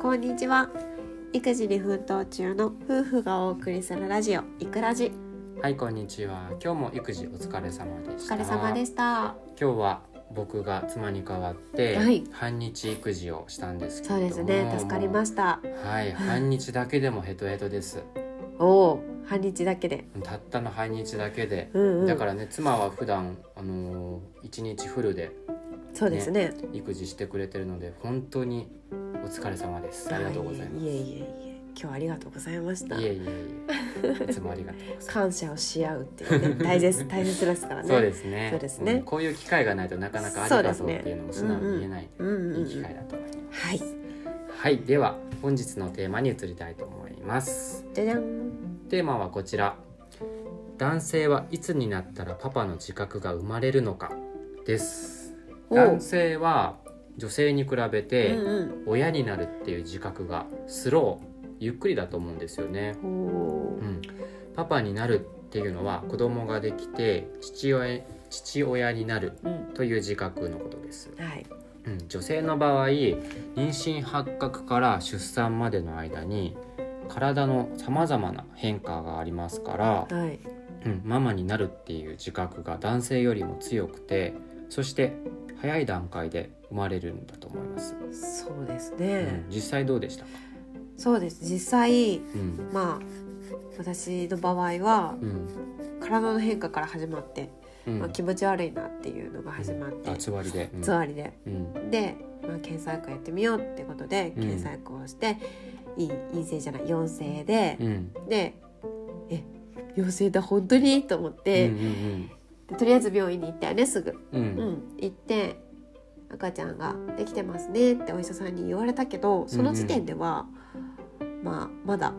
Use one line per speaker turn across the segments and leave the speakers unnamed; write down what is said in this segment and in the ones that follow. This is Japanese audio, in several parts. こんにちは育児に奮闘中の夫婦がお送りするラジオいくラジ
はいこんにちは今日も育児お疲れ様で
お
した
疲れ様でした
今日は僕が妻に代わって
はい
半日育児をしたんですけ
そう
れ
で
ど
す
も
ね助かりました
はい半日だけでもヘトヘトです
おお半日だけで
たったの半日だけで、
うんうん
だからね妻は普段あのー一日フルで
そうですね
育児してくれてるので本当にお疲れ様ですありがとうございます
いえいえいえ今日はありがとうございました
いえいえいえいつもありがとうございます
感謝をし合うって いうね大切大切です からね
そうですね
そうですね
んこういう機会がないとなかなかあ
そう
り
で
が
す
とう
ね
っていうのも素直に言えない、
うんうんうん
いい機会だと思います
はい
はいでは本日のテーマに移りたいと思います
じゃじゃん
テーマはこちら男性はいつになったらパパの自覚が生まれるのかです
お
男性は女性に比べ
う
て
ん
親になるっていう自覚がスローゆっくりだと思うんですよね、
うんお
うん、パパになるっていうのは子供ができて父親父親になる
ーうん
という自覚のことです
はい
うん、女性の場合妊娠発覚から出産までの間に体のさまざまな変化がありますから、
はい
うん、ママになるっていう自覚が男性よりも強くてそして早い段階で生まれるんだと思います、
そうです
う
ね
ん、実際どうでしたか、
そうです実際
うん
まあ私の場合は
うん
体の変化から始まって、
うん
まあ、気持ち悪いなっていうのが始まっ
うんあ
て、
つわりで、うん
つわりで
うん
で、まあ、検査薬やってみようってことで
うん
検査薬をして、いい陰性じゃない陽性で
う、ん
でえ陽性だ本当にと思って、
うんうん
でとりあえず病院に行ったよねすぐ、
うん
う
うん
ん、行って赤ちゃんができてますねってお医者さんに言われたけどその時点では、まあまだ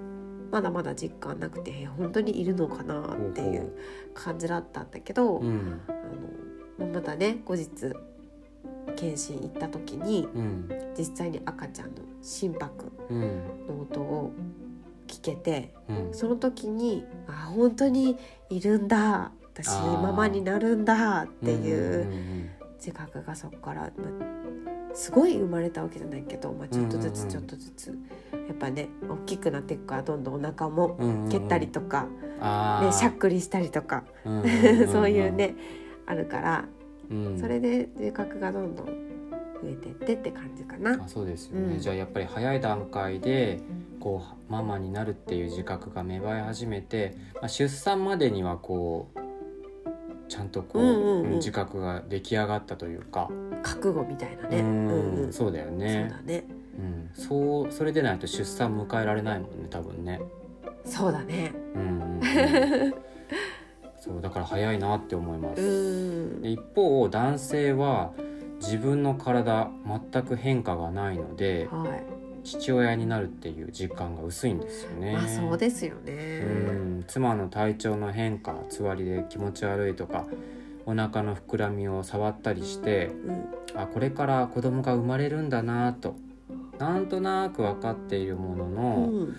まだまだ実感なくてえ本当にいるのかなってい
ほう
う感じだったんだけど、
うん
あのまあまたね後日検診行った時に
うん
実際に赤ちゃんの心拍
うん
の音を聞けて
うん
その時にあ本当にいるんだ私
あー
ママになるんだっていう。
んん
自覚がそこから、まあ、すごい生まれたわけじゃないけど、まあ、ちょっとず
うんうんう
つ
ん
ちょっとずつ、やっぱね大きくなっていくからどんどんお腹も
うんうんうん
蹴ったりとか、
あー
ね、しゃっくりしたりとか、
うんうんうんうん
そういうねあるから
うん
それで自覚がどんどん増えてってって感じかな。
あそうですよね、
うん
じゃあやっぱり早い段階でこうママになるっていう自覚が芽生え始めて、まあ、出産までにはこうちゃんとこう,
う
うんん、
うんうん
自覚が出来上がったというか、
覚悟みたいなね。
う
うんんうん
そうだよ
そう
ね
だね。
うん、そうそれでないと出産迎えられないもんね多分ね、
そうだね。
うん うんうんそうだから早いなって思いま
う
す、
ん。
で一方男性は自分の体全く変化がないので、
はい。
父親になるっていう実感が薄いんですよね。
まあそうですよ
う
ね。
ん妻の体調の変化つわりで気持ち悪いとかお腹の膨らみを触ったりして
うん。
あこれから子供が生まれるんだなとなんとなく分かっているもの
う
の、
ん。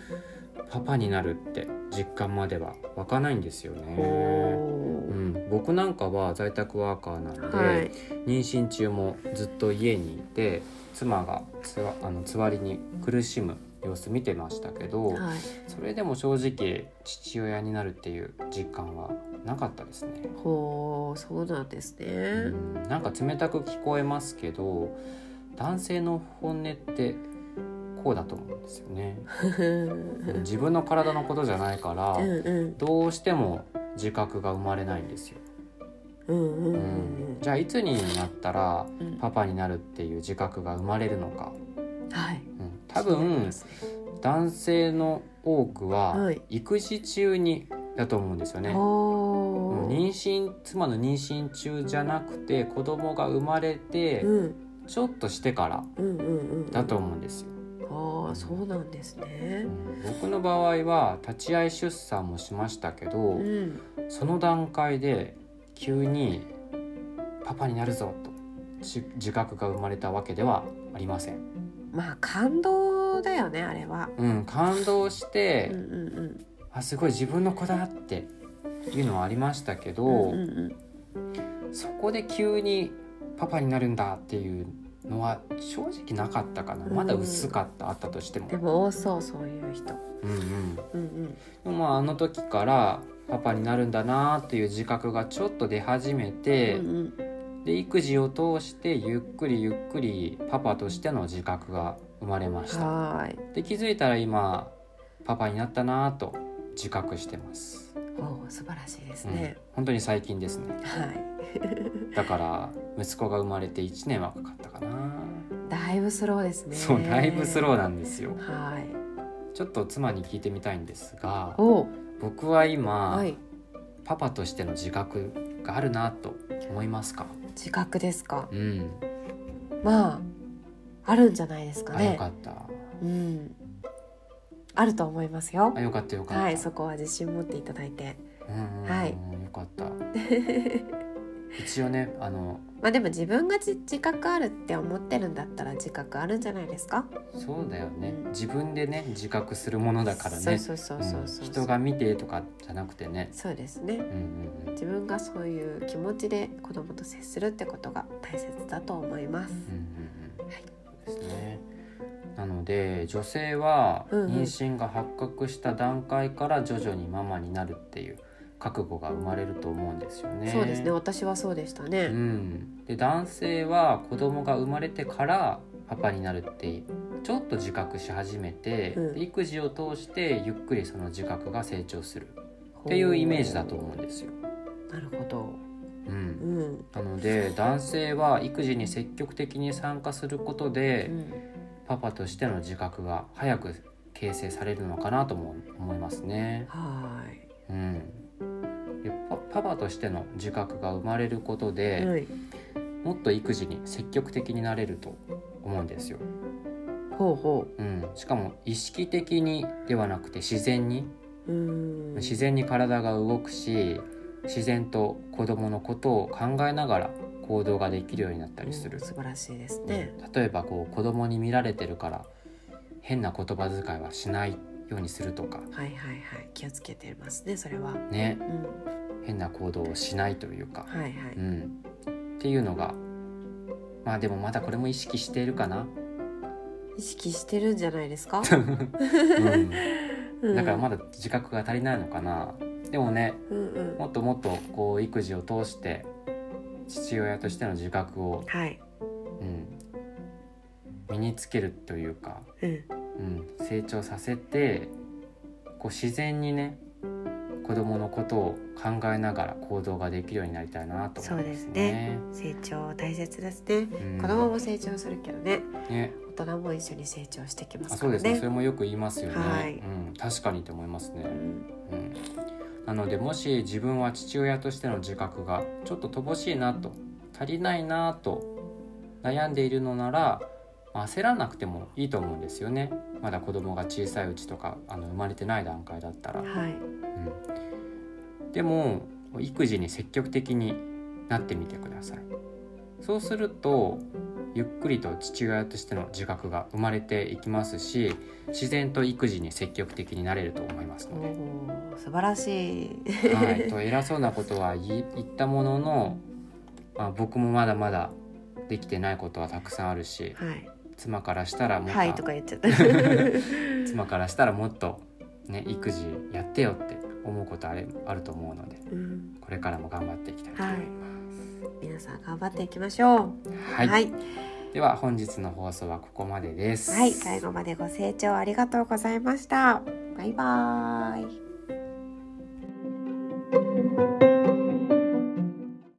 パパになるって実感までは湧かないんですよね。う
お
ん、僕なんかは在宅ワーカーなの
ー
で、
はい。
妊娠中もずっと家にいて妻がつわあのつわりに苦しむ様子見てましたけど
はい。
それでも正直父親になるっていう実感はなかったですね、
ほう、そうなんです
う
ね。
ん、なんか冷たく聞こえますけど男性の本音ってこうだと思うんですよねうん自分の体のことじゃないから
うんうん
どうしても自覚が生まれないんですよ、
うんうんうん
う
うんん、
じゃあいつになったら
うん
パパになるっていう自覚が生まれるのか
はい。
うん多
気になり
分
ますね
男性の多く
は
はい育児中にだと思うんですよね。うん
おー
妊娠妻の妊娠中じゃなくて子供が生まれて
うん
ちょっとしてから
うんうんうん。
だと思うんですよ。
ああ、そうなんですね
う。ん僕の場合は立ち会い出産もしましたけど
うん。
その段階で急に「パパになるぞ」と自自覚が生まれたわけではありません。
まあ感動だよねあれは。
うん、感動し
うん
て
うんうん。
あすごい自分の子だっていうのはありましたけど、
うんうんうん
そこで急にパパになるんだっていうのは正直なかったかな
うん
まだ薄かったあったとしても
で、も多そうそういう人
うんうん、で
うんうん
もまああの時からパパになるんだなっていう自覚がちょっと出始めて、
うんうん
で育児を通してゆっくりゆっくりパパとしての自覚が生まれました
はーい
で気づいたら今パパになったなぁと自覚してます、
おー素晴らしいです
うん
ね、
本当に最近ですね
はい
だから息子が生まれて1年はかかったかな、
だいぶスローですね
そうだいぶスローなんですよ
はい
ちょっと妻に聞いてみたいんですが
おー
僕は今、
はい
パパとしての自覚があるなと思いますか
自覚ですか
うん、
まああるんじゃないですか
あよ
ね
かった
うんあると思いますよ
あよかったよかった、
はいそこは自信持っていただいて
うんうん
はい
うんよか った一応ねあの
まあでも自分がじ自覚あるって思ってるんだったら自覚あるんじゃないですか
そうだよね
うん
自分でね自覚するものだからね
そうそうそう
う
そ
ん
うそう、
人が見てとかじゃなくてね
そうですね
うんうん
自分がそういう気持ちで子供と接するってことが大切だと思います。
うんうんうんうんそうですねなので女性は
うんうん
妊娠が発覚した段階から徐々にママになるっていう覚悟が生まれると思うんですよね。
そうですね。私はそうでしたね。
うん、で男性は子供が生まれてからパパになるってちょっと自覚し始めて、
うん
で育児を通してゆっくりその自覚が成長するっていうイメージだと思うんですよ。
なるほど。
う、
うんん。
なので男性は育児に積極的に参加することで、
うん
パパとしての自覚が早く形成されるのかなとも思いますね。
はーい。
うん、でパパパとしての自覚が生まれることで、
はい。
もっと育児に積極的になれると思うんですよ、
ほうほ
うん、しかも意識的にではなくて自然に
う。うーん。
自然に体が動くし自然と子供のことを考えながら行動ができるようになったりする
うん、素晴らしいです
うん
ね。
例えばこう子供に見られてるから変な言葉遣いはしないようにするとか
はいはいはい。気をつけてますね。それは。
ね
うん。
変な行動をしないというか、。
はいはいう
ん、っていうのがまあでもまだこれも意識しているかな、
意識してるんじゃないですか。
うん
うん
だからまだ自覚が足りないのかなでもね
うんうん。
もっともっとこう育児を通して父親としての自覚を、
はい。
うん、身につけるというか、
うん。
うん、成長させてこう自然にね子供のことを考えながら行動ができるようになりたいなと思いますね。
成長大切ですね。
うん
子供も成長するけどね。
ね
大人も一緒に成長してきま
あ
すか
そう
ら
ですねそ
ね。
れもよく言いますよね、
はい
うん、確かにと思いますね。
うん
うんなのでもし自分は父親としての自覚がちょっと乏しいなと足りないなと悩んでいるのならまあ焦らなくてもいいと思うんですよねまだ子供が小さいうちとかあの生まれてない段階だったら、
はい。
うんでも育児に積極的になってみてくださいそうするとゆっくりと父親としての自覚が生まれていきますし自然と育児に積極的になれると思います
お
ので
ー素晴らしい。
はい、と偉そうなことは言い言ったものの、まあ、僕もまだまだできてないことはたくさんあるし
はい。
妻からしたらもっと、
はいとか言っちゃ った。
妻からしたらもっと、ね、育児やってよって思うことあれあると思うので
うん
これからも頑張っていきたいと思います。
皆さん頑張っていきましょう。
はい
はい。
では本日の放送はここまでです。
はい最後までご清聴ありがとうございました。バイバーイ。